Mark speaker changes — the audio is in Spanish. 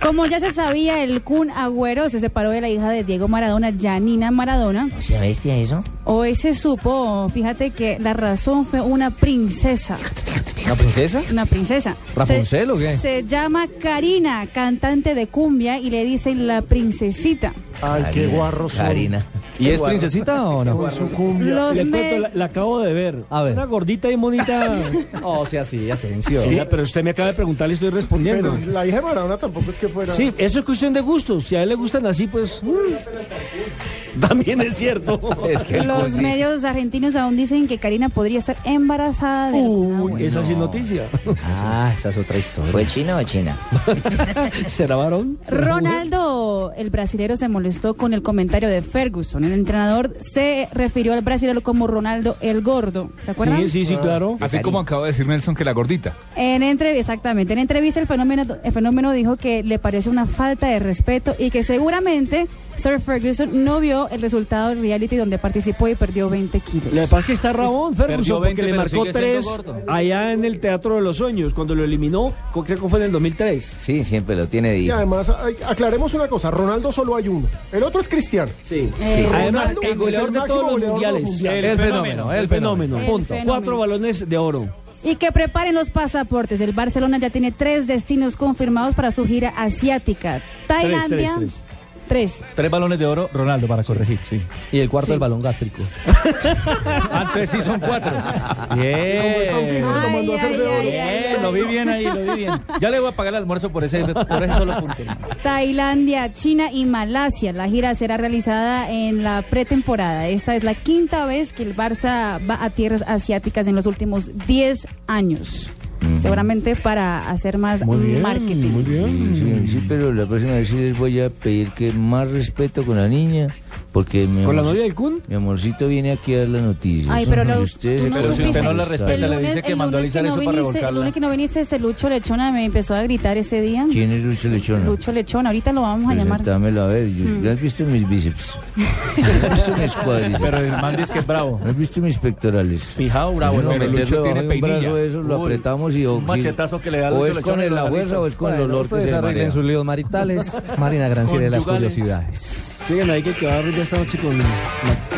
Speaker 1: Como ya se sabía, el Kun Agüero se separó de la hija de Diego Maradona, Janina Maradona.
Speaker 2: ¿No sea bestia eso?
Speaker 1: Hoy se supo, fíjate que la razón fue una princesa.
Speaker 3: ¿La princesa?
Speaker 1: Una princesa.
Speaker 3: ¿Rapunzel
Speaker 1: Se-
Speaker 3: o qué?
Speaker 1: Se llama Karina, cantante de cumbia, y le dicen la princesita.
Speaker 4: Ay, qué
Speaker 2: Karina,
Speaker 4: guarro son.
Speaker 2: Karina.
Speaker 3: ¿Y es princesita o no?
Speaker 4: Con su cumbia.
Speaker 1: Los
Speaker 5: Le
Speaker 1: me-
Speaker 5: cuento, la, la acabo de ver.
Speaker 3: A ver.
Speaker 5: Una gordita y monita.
Speaker 3: O sea, sí, Asensio.
Speaker 5: Sí, pero usted me acaba de preguntar y estoy respondiendo.
Speaker 4: Pero la hija de Maradona tampoco es que fuera.
Speaker 5: Sí, eso es cuestión de gustos. Si a él le gustan así, pues. mm, También es cierto.
Speaker 2: Es que el
Speaker 1: Los
Speaker 2: Kun sí.
Speaker 1: medios argentinos aún dicen que Karina podría estar embarazada de algún Agüero.
Speaker 5: Uy, esa sí es
Speaker 2: no.
Speaker 5: noticia.
Speaker 3: Ah, esa es otra historia.
Speaker 2: ¿Fue chino o china?
Speaker 5: ¿Será varón? ¿Será mujer?
Speaker 1: Ronaldo, el brasilero, se molestó con el comentario de Ferguson. El entrenador se refirió al brasilero como Ronaldo el Gordo. ¿Se acuerdan?
Speaker 5: Sí, sí, sí, claro.
Speaker 6: Así como acaba de decir Nelson que la gordita.
Speaker 1: En entre- exactamente. En entrevista el fenómeno, el fenómeno dijo que le parece una falta de respeto y que seguramente Sir Ferguson no vio el resultado del reality donde participó y perdió 20 kilos.
Speaker 5: La verdad es que está Rabón Ferguson,
Speaker 7: Perdió 20,
Speaker 5: porque le
Speaker 7: pero
Speaker 5: marcó
Speaker 7: sigue siendo
Speaker 5: tres
Speaker 7: gordo.
Speaker 5: allá en el Teatro de los Sueños, cuando lo eliminó, co- creo que fue en el 2003.
Speaker 2: Sí, siempre lo tiene de
Speaker 4: Y
Speaker 2: hijo.
Speaker 4: además, ay, aclaremos una cosa, Ronaldo solo hay uno. El otro es Cristiano.
Speaker 5: Sí.
Speaker 1: Eh,
Speaker 5: Además,
Speaker 4: Ronaldo
Speaker 5: el
Speaker 4: es
Speaker 5: goleador de
Speaker 4: máximo goleador
Speaker 5: todos los
Speaker 4: de los
Speaker 5: mundiales.
Speaker 4: mundiales.
Speaker 7: El
Speaker 3: fenómeno, el fenómeno.
Speaker 1: El
Speaker 5: punto.
Speaker 1: fenómeno.
Speaker 5: Cuatro balones de oro.
Speaker 1: Y que preparen los pasaportes. El Barcelona ya tiene tres destinos confirmados para su gira asiática. Tailandia.
Speaker 5: tres,
Speaker 1: tres.
Speaker 3: Tres balones de oro, Ronaldo, para corregir, sí. Y el cuarto, el balón gástrico.
Speaker 6: Antes sí son cuatro.
Speaker 4: Como están
Speaker 6: Bien.
Speaker 4: finos, lo mandó a
Speaker 1: Ay,
Speaker 4: hacer
Speaker 1: ay,
Speaker 4: de oro.
Speaker 1: ay, ay.
Speaker 6: Bien, lo vi bien ahí, lo vi bien. Ya le voy a pagar el almuerzo por ese, por ese solo punto.
Speaker 1: Tailandia, China y Malasia. La gira será realizada en la pretemporada. Esta es la quinta vez que el Barça va a tierras asiáticas en los últimos 10 años. Seguramente para hacer más marketing.
Speaker 2: Sí, sí, pero la próxima vez sí les voy a pedir que más respeto con la niña, porque mi,
Speaker 5: ¿Con la
Speaker 2: amorci-
Speaker 5: novia del Kun?
Speaker 2: mi amorcito viene aquí a dar la noticia.
Speaker 1: Ay, pero, lo- tú
Speaker 6: pero si
Speaker 1: supiste.
Speaker 6: usted no la respeta,
Speaker 1: El
Speaker 6: le
Speaker 1: lunes-
Speaker 6: dice que
Speaker 1: el
Speaker 6: mandó a
Speaker 1: lunes
Speaker 6: alisar eso para
Speaker 1: viniste- El
Speaker 6: revolcarla.
Speaker 1: lunes que no viniste, ese Lucho Lechona me empezó a gritar ese día.
Speaker 2: ¿Quién es Lucho Lechona?
Speaker 1: Lucho Lechona, ahorita lo vamos a Mm. llamar.
Speaker 2: Presentámelo, a ver. yo- ¿Has visto mis bíceps? ¿Has visto mis cuádriceps?
Speaker 6: Pero el man dice que es bravo.
Speaker 2: ¿Has visto mis pectorales?
Speaker 6: Fijado, bravo.
Speaker 2: Eso,
Speaker 6: el hombre.
Speaker 2: meterlo
Speaker 6: Lucho
Speaker 2: debajo
Speaker 6: tiene
Speaker 2: de un brazo
Speaker 6: peinilla.
Speaker 2: de esos, lo
Speaker 6: Uy.
Speaker 2: apretamos y o,
Speaker 6: Un machetazo que le da
Speaker 2: o
Speaker 6: Lucho
Speaker 2: es con
Speaker 6: Lechona y lo
Speaker 2: la
Speaker 6: deja
Speaker 2: fuerza
Speaker 6: listo.
Speaker 2: o es con el olor que
Speaker 3: Ustedes
Speaker 2: se
Speaker 3: arreglen
Speaker 2: marea.
Speaker 3: sus líos maritales. Marina Granciera de las
Speaker 6: Conyugales.
Speaker 3: curiosidades.
Speaker 5: Sigan ahí que te va a abrir ya esta noche con la